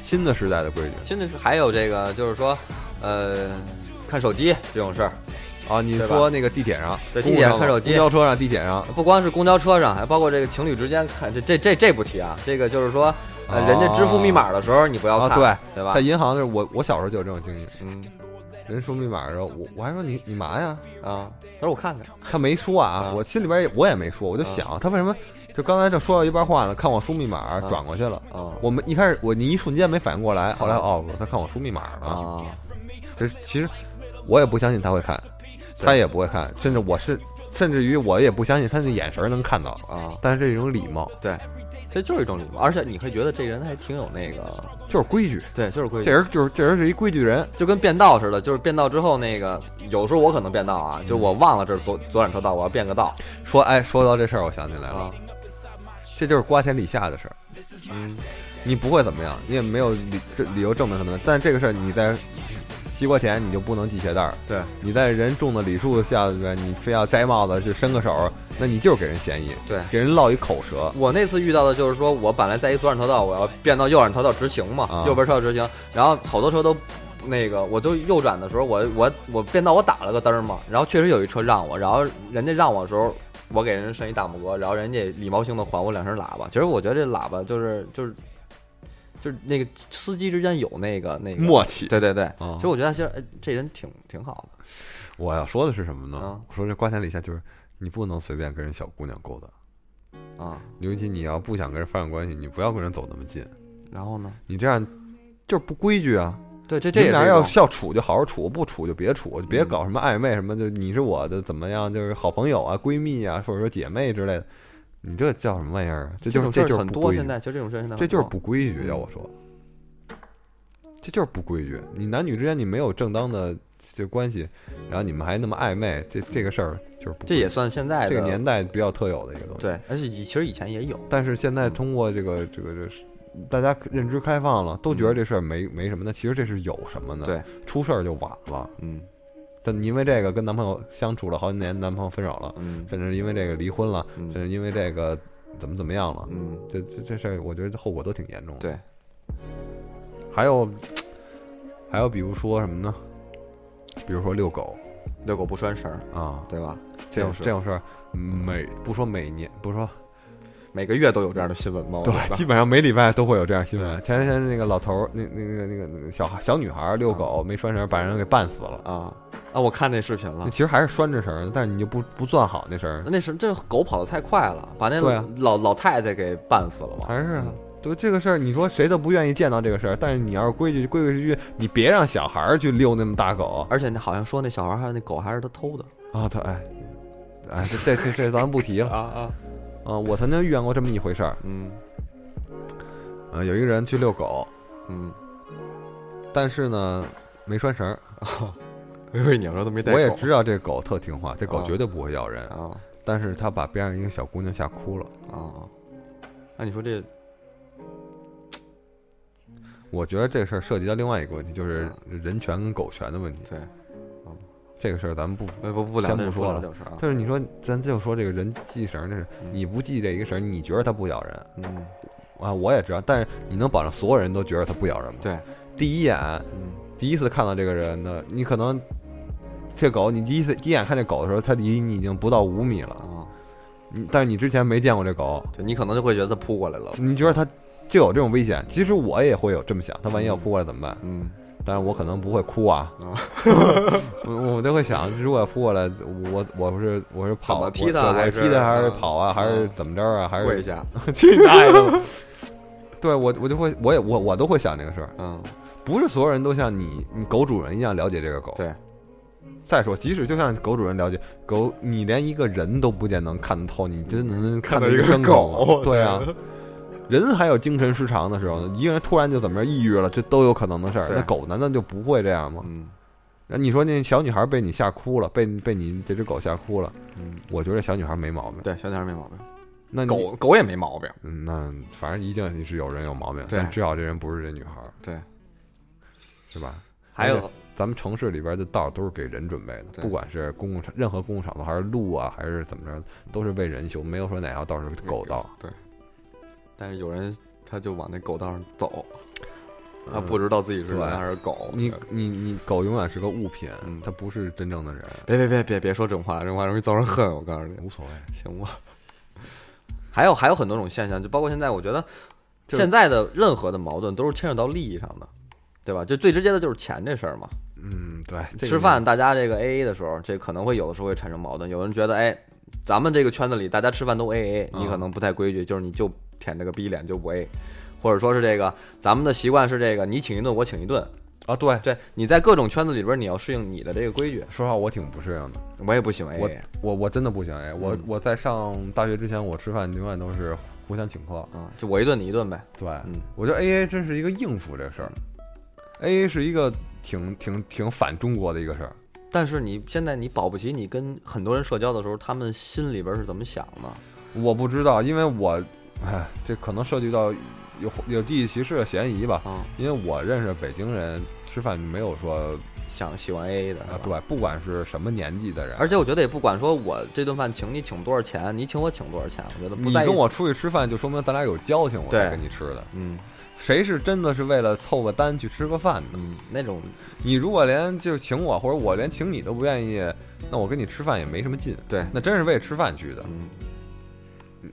新的时代的规白。矩真的是还有这个，就是说，呃，看手机这种事儿，啊！你对吧说那个地铁上，对公地共铁上看手吧机公交车上、地铁上，不光是公交车上，还包括这个情侣之间看这这这这不提啊，这个就是说，呃，哦人家支付密码的时候你不要啊看，对对在吧？银行的时候，我我小时候就有这种经历，嗯人输密码的时候，我我还说你你嘛呀？啊，他说我看看，他没说啊，啊我心里边也我也没说，我就啊想他为什么就刚才就说到一半话呢？看我输密码啊转过去了，啊我们一开始我你一瞬间没反应过来，后来哦，他看我输密码了。啊，其实其实我也不相信他会看，他也不会看，甚至我是甚至于我也不相信他那眼神能看到啊但是这是一种礼貌，对，这就是一种礼貌，而且你会觉得这人还挺有那个，就是规矩。对，就是规矩这。人就是这人是一规矩人，就跟变道似的，就是变道之后那个，有时候我可能变道啊，嗯就是我忘了这是左左转车道，我要变个道说哎，说到这事儿，我想起来了啊，，这就是瓜田李下的事儿。嗯，你不会怎么样，你也没有理这理由证明他们。但这个事儿你在西瓜田你就不能系鞋带儿，对你在人种的李树下边，你非要摘帽子去伸个手，那你就是给人嫌疑，对。给人落一口舌。我那次遇到的就是说，我本来在一左转车道，我要变到右转车道直行嘛，啊右边车道直行，然后好多车都那个，我都右转的时候，我我我变道我打了个灯嘛，然后确实有一车让我，然后人家让我的时候，我给人家伸一大拇哥，然后人家礼貌性的还我两声喇叭。其实我觉得这喇叭就是就是就是那个司机之间有那个那个默契，对对对，哦其实我觉得他其实哎这人挺挺好的，我要说的是什么呢？啊我说这瓜田李下就是你不能随便跟人小姑娘勾搭，啊，尤其你要不想跟人发展关系，你不要跟人走那么近，然后呢？你这样就是不规矩啊。对，这这你也们是俩一要种嗯要处就好好处，不处就别处，就别搞什么暧昧什么的。你是我的怎么样，就是好朋友啊、闺蜜啊，或者说姐妹之类的。你这叫什么玩意儿啊？这就是种事这儿就是很不多，规矩现，在其实这种事儿现在这很就是多嗯不规矩。要我说，这就是不规矩。你男女之间你没有正当的这关系，然后你们还那么暧昧，这这个事儿就是不这也算现在的这个年代比较特有的一个东西。对，而且以其实以前也有，但是现在通过这个这个这是，大家认知开放了，都觉得这事儿没没什么的，其实这是有什么呢？嗯对，出事儿就晚了。嗯但你因为这个跟男朋友相处了好几年，男朋友分手了，嗯甚至因为这个离婚了，嗯甚至因为这个怎么怎么样了，嗯，这这这事儿，我觉得后果都挺严重的。对，还有还有，比如说什么呢？比如说遛狗遛狗不拴绳儿，啊，对吧？这种是这种事儿，每不说每年，不说每个月都有这样的新闻吗？我觉对，得基本上每礼拜都会有这样新闻。前两天那个老头儿，那那个那个那个小孩小女孩儿遛狗没拴绳儿，把人给绊死了。啊啊，我看那视频那了。其实还是拴着绳儿的，但是你就不不攥好那绳儿，那是这狗跑得太快了，把那对啊老老太太给绊死了嘛。还是啊。就这个事儿，你说谁都不愿意见到这个事儿，但是你要是规矩规规矩矩，你别让小孩儿去遛那么大狗而且那好像说那小孩儿还有那狗还是他偷的啊！他哎，哎，这这这这咱不提了啊啊，啊！我曾经遇见过这么一回事儿，嗯呃，有一个人去遛狗，嗯，但是呢没拴绳儿，我以为你要说都没带我也狗知道这狗特听话，这狗啊绝对不会咬人，啊但是他把边上一个小姑娘吓哭了。啊，那你说这我觉得这事儿涉及到另外一个问题，就是人权跟狗权的问题。对，这个事儿咱们不，不不不聊先这不不说聊了这种事儿啊。就是你说咱就说这个人系绳儿这事儿，嗯你不系这一个绳儿，你觉得它不咬人嗯，啊？我也知道，但是你能保证所有人都觉得它不咬人吗？对，第一眼嗯第一次看到这个人呢，你可能这狗，你第一次第一眼看这狗的时候，它离你已经不到五米了，啊，你但是你之前没见过这狗，对你可能就会觉得它扑过来了。你觉得它就有这种危险。其实我也会有这么想，它万一要扑过来怎么办？嗯但是我可能不会哭啊，哦 我我都会想，如果扑过来，我我不是我是怎跑么踢它我我还是是踢它还是嗯跑啊，还是嗯怎么着啊，还跪是下，去哪呀？对我我就会我也我我都会想这个事儿，嗯，不是所有人都像你你狗主人一样了解这个狗。对，再说，即使就像狗主人了解狗，你连一个人都不见能看得透，你真的能看到一一个牲狗哦吗对啊，人还有精神失常的时候呢，一个人突然就怎么着抑郁了，这都有可能的事儿。对那狗难道就不会这样吗？嗯那你说那小女孩被你吓哭了，被被你这只狗吓哭了，嗯，我觉得小女孩没毛病。对，小点孩没毛病，那你狗狗也没毛病，嗯，那反正一定是有人有毛病，对但至少这人不是这女孩，对，是吧？还而有且咱们城市里边的道儿都是给人准备的，对不管是公共场、任何公共场所，还是路啊，还是怎么着，都是为人修，没有说哪条道是狗道。，对，但是有人他就往那狗道上走，他嗯不知道自己是对人还是狗。你你你狗永远是个物品嗯，它不是真正的人，别别别别别说这种话，这种话容易造成恨。我告诉你，无所谓。行 吧。还有还有很多种现象，就包括现在，我觉得就是现在的任何的矛盾都是牵扯到利益上的，对吧？就最直接的就是钱这事儿嘛。嗯，对，这个吃饭大家这个 A A 的时候，这可能会有的时候会产生矛盾。有人觉得，哎，咱们这个圈子里大家吃饭都 A A，嗯你可能不太规矩，就是你就舔这个逼脸就不 A，或者说是这个咱们的习惯是这个你请一顿我请一顿。啊，对，对，你在各种圈子里边，你要适应你的这个规矩。说实话我挺不适应的，我也不喜欢 A 我 A 我我真的不行哎，我嗯我在上大学之前，我吃饭永远都是互相请客，啊，就我一顿你一顿呗。对，嗯我觉得 A A 真是一个应付这事儿，A A 是一个挺挺挺反中国的一个事儿。但是你现在你保不齐你跟很多人社交的时候，他们心里边是怎么想的？我不知道，因为我，哎，这可能涉及到有有地域歧视的嫌疑吧。啊，因为我认识北京人吃饭没有说想喜欢 A A 的是啊，吧。对，不管是什么年纪的人，而且我觉得也不管说我这顿饭请你请多少钱，你请我请多少钱，我觉得不你在意跟我出去吃饭，就说明咱俩有交情，我才对跟你吃的。嗯谁是真的是为了凑个单去吃个饭的？嗯，那种你如果连就请我，或者我连请你都不愿意，那我跟你吃饭也没什么劲。对，那真是为吃饭去的。嗯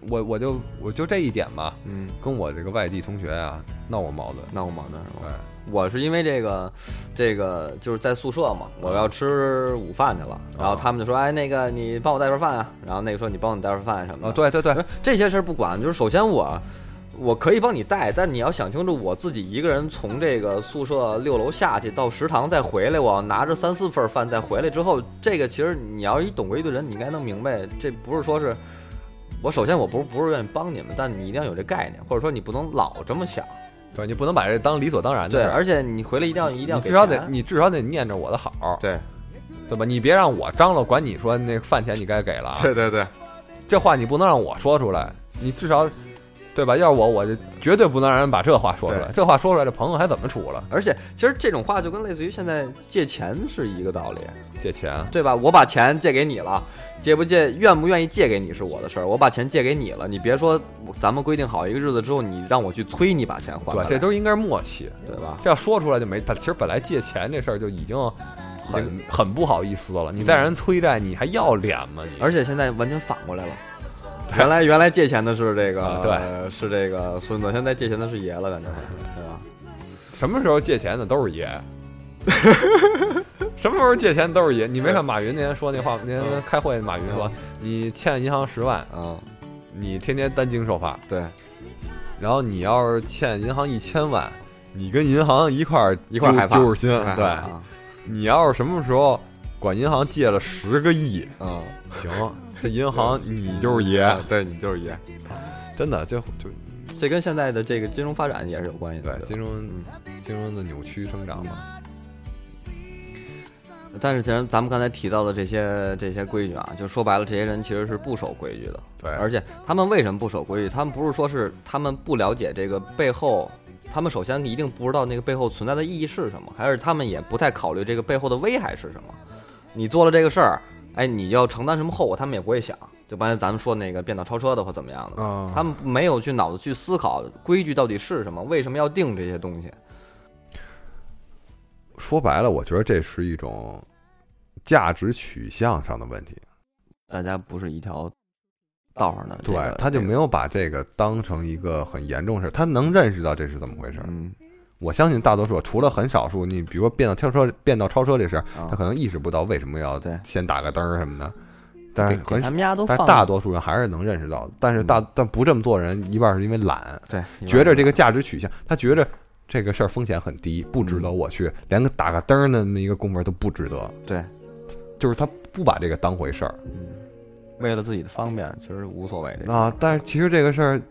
我我就我就这一点吧，嗯，跟我这个外地同学啊闹过矛盾。那我忙的是吗？哎，我是因为这个，这个就是在宿舍嘛，我要吃午饭去了，然后他们就说，哎，那个你帮我带份饭啊，然后那个说你帮我带份饭什啊，么 对的，对对，这些事儿不管，就是首先我我可以帮你带，但你要想清楚，我自己一个人从这个宿舍六楼下去到食堂再回来，我要拿着三四份饭再回来之后，这个其实你要一懂规矩的人，你应该能明白，这不是说是我首先我不是不是愿意帮你们，但你一定要有这概念，或者说你不能老这么想，对你不能把这当理所当然的对，事儿，而且你回来一定要一定要你给至少得钱你至少得念着我的好，对对吧？你别让我张罗，管你说那饭钱你该给了啊，对对，这话你不能让我说出来，你至少对吧？要是我，我就绝对不能让人把这话说出来。对这话说出来，这朋友还怎么处了？而且其实这种话就跟类似于现在借钱是一个道理，借钱，对吧？我把钱借给你了，借不借、愿不愿意借给你是我的事儿。我把钱借给你了，你别说我咱们规定好一个日子之后，你让我去催你把钱还回对来，，这都应该是默契。对吧？这要说出来就没，但其实本来借钱这事儿就已经很很不好意思了。嗯你再让人催债，你还要脸吗？你而且现在完全反过来了，对原来原来借钱的是这个啊，对呃是这个孙子，现在借钱的是爷了，感觉是，对吧？什么时候借钱的都是 爷。什么时候借钱都是爷。你没看马云那天说那话？那天开会，马云说：“你欠银行十万，嗯，你天天担惊受怕；对，然后你要是欠银行一千万，你跟银行一块儿一块儿揪害怕，揪着心。一块儿害对怕，啊你要是什么时候管银行借了十个亿，嗯， 行，这银行你就是爷啊，对你就是爷，真的，这就这跟现在的这个金融发展也是有关系的，对吧金融金融的扭曲生长嘛。但是，既然咱们刚才提到的这些这些规矩啊，就说白了，这些人其实是不守规矩的。对而且他们为什么不守规矩？他们不是说是他们不了解这个背后，他们首先一定不知道那个背后存在的意义是什么，还是他们也不太考虑这个背后的危害是什么。你做了这个事儿，哎，你要承担什么后果，他们也不会想。就刚才咱们说那个变道超车的或怎么样的，嗯他们没有去脑子去思考规矩到底是什么，为什么要定这些东西。说白了，我觉得这是一种价值取向上的问题。大家不是一条道上的、这对个，他就这个没有把这个当成一个很严重的事儿，他能认识到这是怎么回事儿。嗯。我相信大多数，除了很少数，你比如说变道超车、变道超车这事儿，啊他可能意识不到为什么要对先打个灯儿什么的，但是给很给他们家都但放嗯是大多数人还是能认识到的，但是大、但不这么做人一半是因为懒，对，觉着这个价值取向，他觉着这个事儿风险很低，不值嗯得我去，连个打个灯儿的那么一个功夫都不值得，对，就是他不把这个当回事儿为了自己的方便，其实无所谓这个。啊。但是其实这个事儿，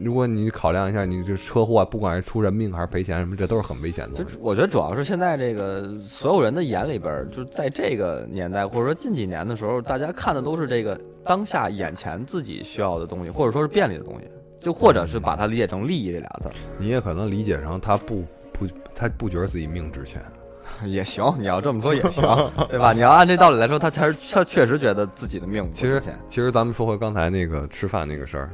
如果你考量一下，你这车祸不管是出人命还是赔钱什么，这都是很危险的就东西。我觉得主要是现在这个所有人的眼里边儿，就是在这个年代或者说近几年的时候，大家看的都是这个当下眼前自己需要的东西，或者说是便利的东西，就或者是把它理解成利益这俩字儿 你也可能理解成他不不他不觉得自己命值钱，也行。你要这么说也 行，对吧？你要按这道理来说，他才是他确实觉得自己的命不其实值钱其实咱们说回刚才那个吃饭那个事儿，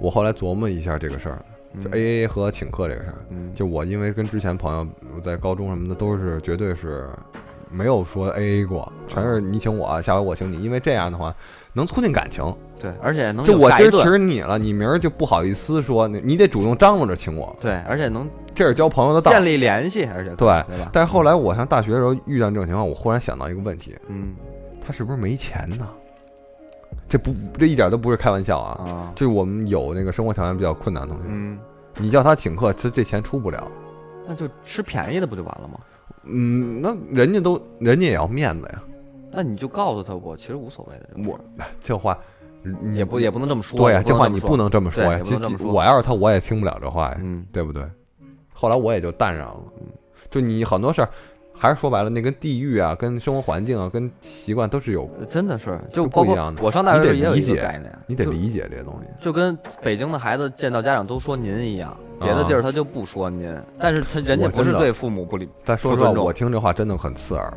我后来琢磨一下这个事儿，就 A A 和请客这个事儿，嗯就我因为跟之前朋友我在高中什么的都是绝对是没有说 A A 过，全是你请我，下回我请你，因为这样的话能促进感情。对，而且能就有我下今一儿顿请你了，你明儿就不好意思说，你你得主动张罗着请我，对，而且能这是交朋友的道建理。立联系，而且对对吧，？但是后来我上大学的时候遇到这种情况，我忽然想到一个问题，嗯他是不是没钱呢？这不，这一点都不是开玩笑啊！啊就是我们有那个生活条件比较困难的同学，嗯，你叫他请客，他这钱出不了。那就吃便宜的不就完了吗？嗯，那人家都人家也要面子呀。那你就告诉他，我其实无所谓的，这我哎这话你也嗯不也不能这么说，对呀、也这话你不不能这么说对呀。也不其能这么其说我要是他，我也听不了这话呀这，么说嗯，对不对？后来我也就淡然了。嗯就你很多事儿，还是说白了，那跟地域啊、跟生活环境啊、跟习惯都是有，真的是就都包哎不一括样的我上大学你的时得候也有理一个解概念，你得就理解这些东西。就跟北京的孩子见到家长都说您一样，别的地儿他就不说您，但是他人家啊我不真是的对父母不理，再说不实话，尊重啊我听这话真的很刺耳。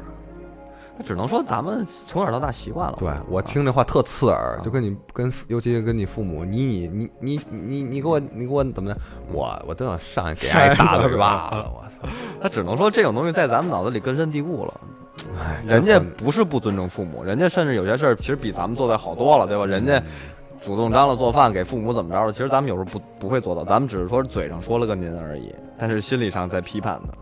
他只能说咱们从小到大习惯了。啊对我听这话特刺耳，就跟你跟，尤其是跟你父母，你你你你你你给我你给我怎么的，我我真想上去给挨一大嘴巴子，我操！他只能说这种东西在咱们脑子里根深蒂固了。哎人家真的不是不尊重父母，人家甚至有些事儿其实比咱们做的好多了，对吧？人家主动张罗做饭给父母怎么着了，其实咱们有时候不不会做到，咱们只是说嘴上说了个您而已，但是心理上嗯在批判他，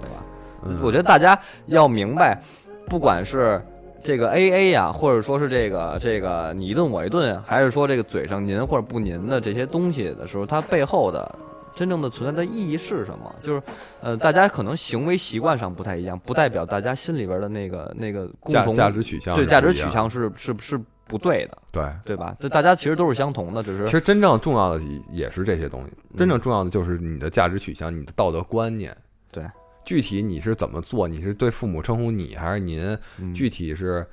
对吧？我觉得大家要明白，不管是这个 A A 呀，或者说是这个这个你一顿我一顿，还是说这个嘴上您或者不您的这些东西的时候，它背后的真正的存在的意义是什么？就是，呃，大家可能行为习惯上不太一样，不代表大家心里边的那个那个共价同价值取向对是价不值一取样向是是是不对的，对。对吧？这大家其实都是相同的，只其是嗯实真正重要的也是这些东西，真正重要的就是你的价值取向、你的道德观念。对，具体你是怎么做，你是对父母称呼你还是您，嗯具体是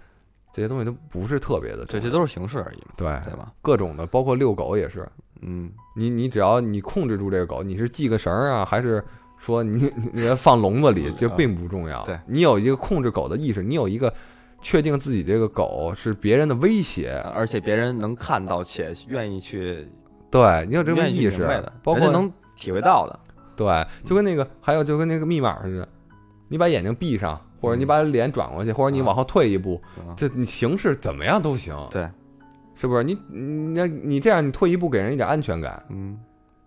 这些东西都不是特别的重对，要。这都是形式而已嘛，对对吧？各种的，包括遛狗也是，嗯，你你只要你控制住这个狗，你是系个绳儿啊，还是说你你你给它放笼子里，这并不重要。嗯对你有一个控制狗的意识，你有一个确定自己这个狗是别人的威胁，而且别人能看到且愿意去对你有这个愿意去意明识白的，，包人家括能体会到的，对，就跟那个还有就跟那个密码似的，你把眼睛闭上，或者你把脸转过去，或者你往后退一步，嗯这你形式怎么样都行，对，是不是？你你那你这样你退一步给人一点安全感，嗯，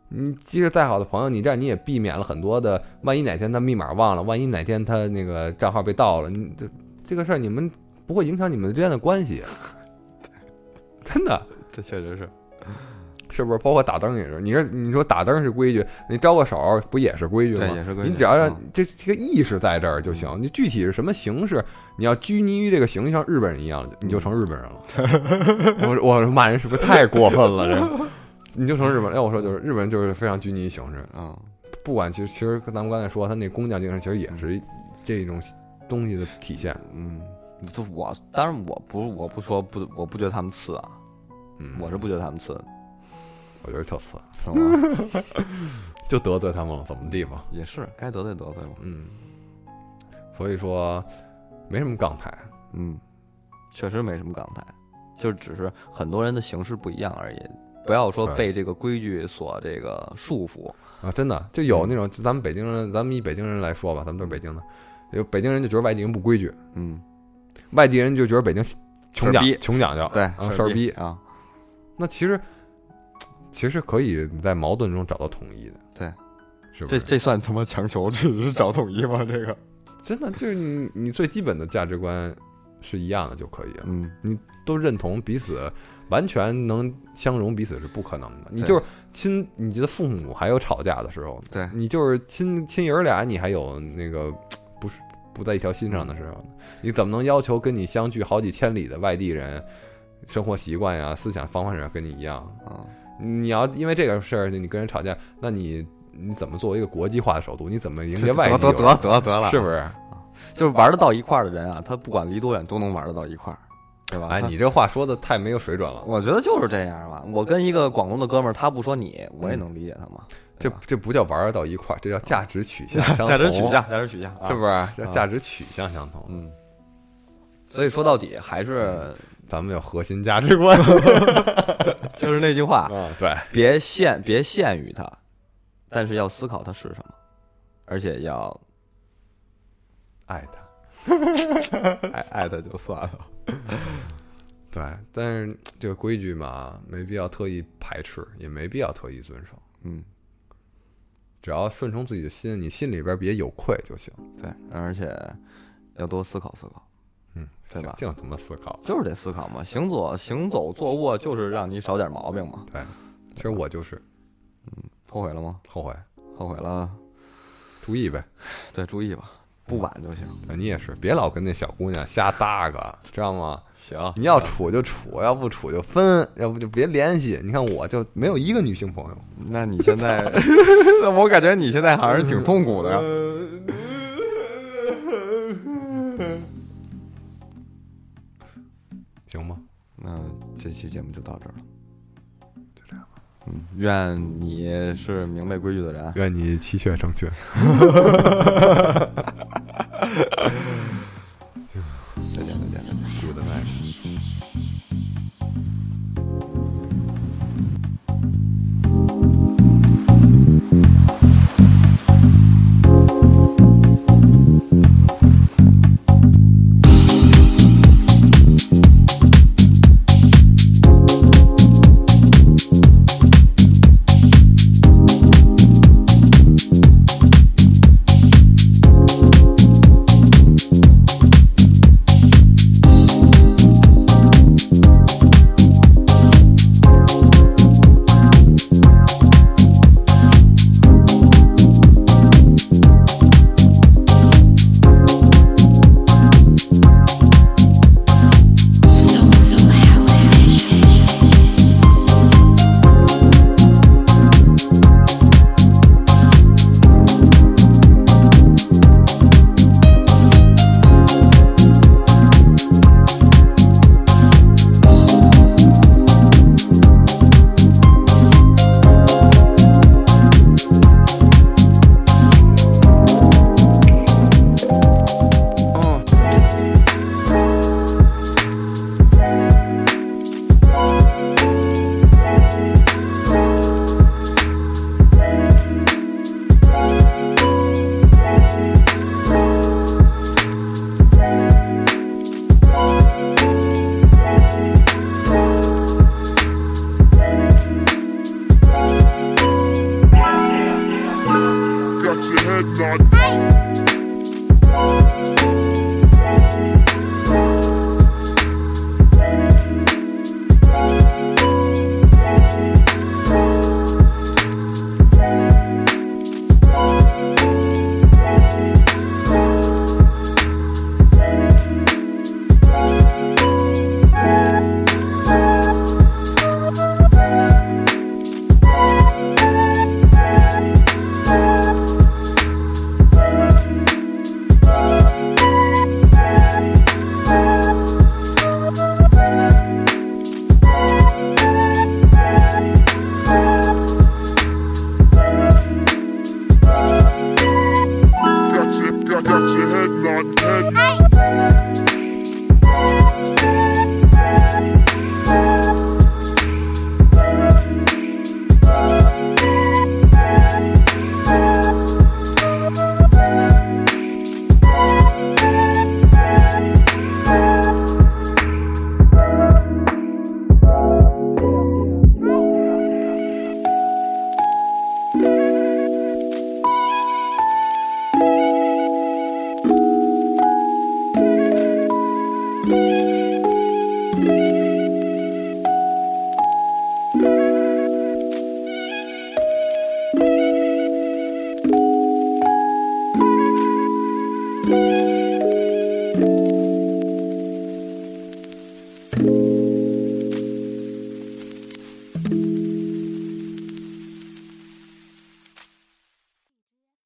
你即使再好的朋友，你这样你也避免了很多的，万一哪天他密码忘了，万一哪天他那个账号被盗了，你这这个事儿你们不会影响你们之间的关 系，真的这确实是，是不是？包括打灯也是，你说你说打灯是规矩，你招个手不也是规矩吗？对也是规矩你只要 让嗯这这个意识在这儿就行，你具体是什么形式，你要拘泥于这个形式，像日本人一样，你就成日本人了。 我我骂人是不是太过分了？这你就成日本人，要哎我说就是日本人就是非常拘泥于形式。嗯，不管其实其实跟咱们刚才说，他那工匠精神其实也是这种东西的体现。嗯，这我当然我不我不说不我不觉得他们次啊，嗯，我是不觉得他们次，我觉得特次，懂 吗就得罪他们了，怎么地吧？也是该得罪得罪嘛，嗯，所以说没什么杠台。嗯，确实没什么港台，就只是很多人的形式不一样而已。不要说对被这个规矩所这个束缚，啊，真的就嗯有那种，咱们北京人，咱们以北京人来说吧，咱们都是北京的，有北京人就觉得外地人不规矩，嗯，外地人就觉得北京穷讲事儿逼穷讲究，对，啊事儿逼。啊，那其实其实可以在矛盾中找到统一的，对，是不这是？这算他妈强求，这是找统一吗？这个，真的就是你你最基本的价值观是一样的就可以了，嗯，都认同彼此，完全能相容彼此是不可能的。你对就是亲，你觉得父母还有吵架的时候，对，你就是亲亲爷儿俩，你还有那个不是不在一条心上的时候呢，你怎么能要求跟你相距好几千里的外地人生活习惯呀、思想方向上跟你一样？啊，你要因为这个事儿你跟人吵架，那你你怎么作为一个国际化的首都，你怎么迎接外得地？得得得得了，啊是不是？就是玩得到一块儿的人啊，他不管离多远都能玩得到一块儿，对吧？哎，他你这话说的太没有水准了。我觉得就是这样吧。我跟一个广东的哥们儿，他不说你，我也能理解他嘛。这这不叫玩儿到一块儿，这叫价值取向 相同， 价值取，向，价值取向，是是？不是？叫价值取向相同。啊嗯。所以说到底还是咱们有核心价值 观嗯就是那句话，啊，对，别限别限于它，但是要思考它是什么，而且要爱他。 爱爱它就算了。对，但是这个规矩嘛，没必要特意排斥，也没必要特意遵守，嗯，只要顺从自己的心，你心里边别有愧就行。对，而且要多思考思考，嗯，对吧净他妈思考。就是得思考嘛。行左行走坐卧就是让你少点毛病嘛。对，其实我就是后悔了吗？后悔，后悔了，注意呗。对，注意吧，不晚就行。对你也是，别老跟那小姑娘瞎搭个，知道吗？行你要处就处，要不处就分，要不就别联系。你看我就没有一个女性朋友，那你现在，我感觉你现在还是挺痛苦的呀。行吗？那这期节目就到这儿了。就这样吧。嗯，啊愿你是明白规矩的人。愿你妻雀成群。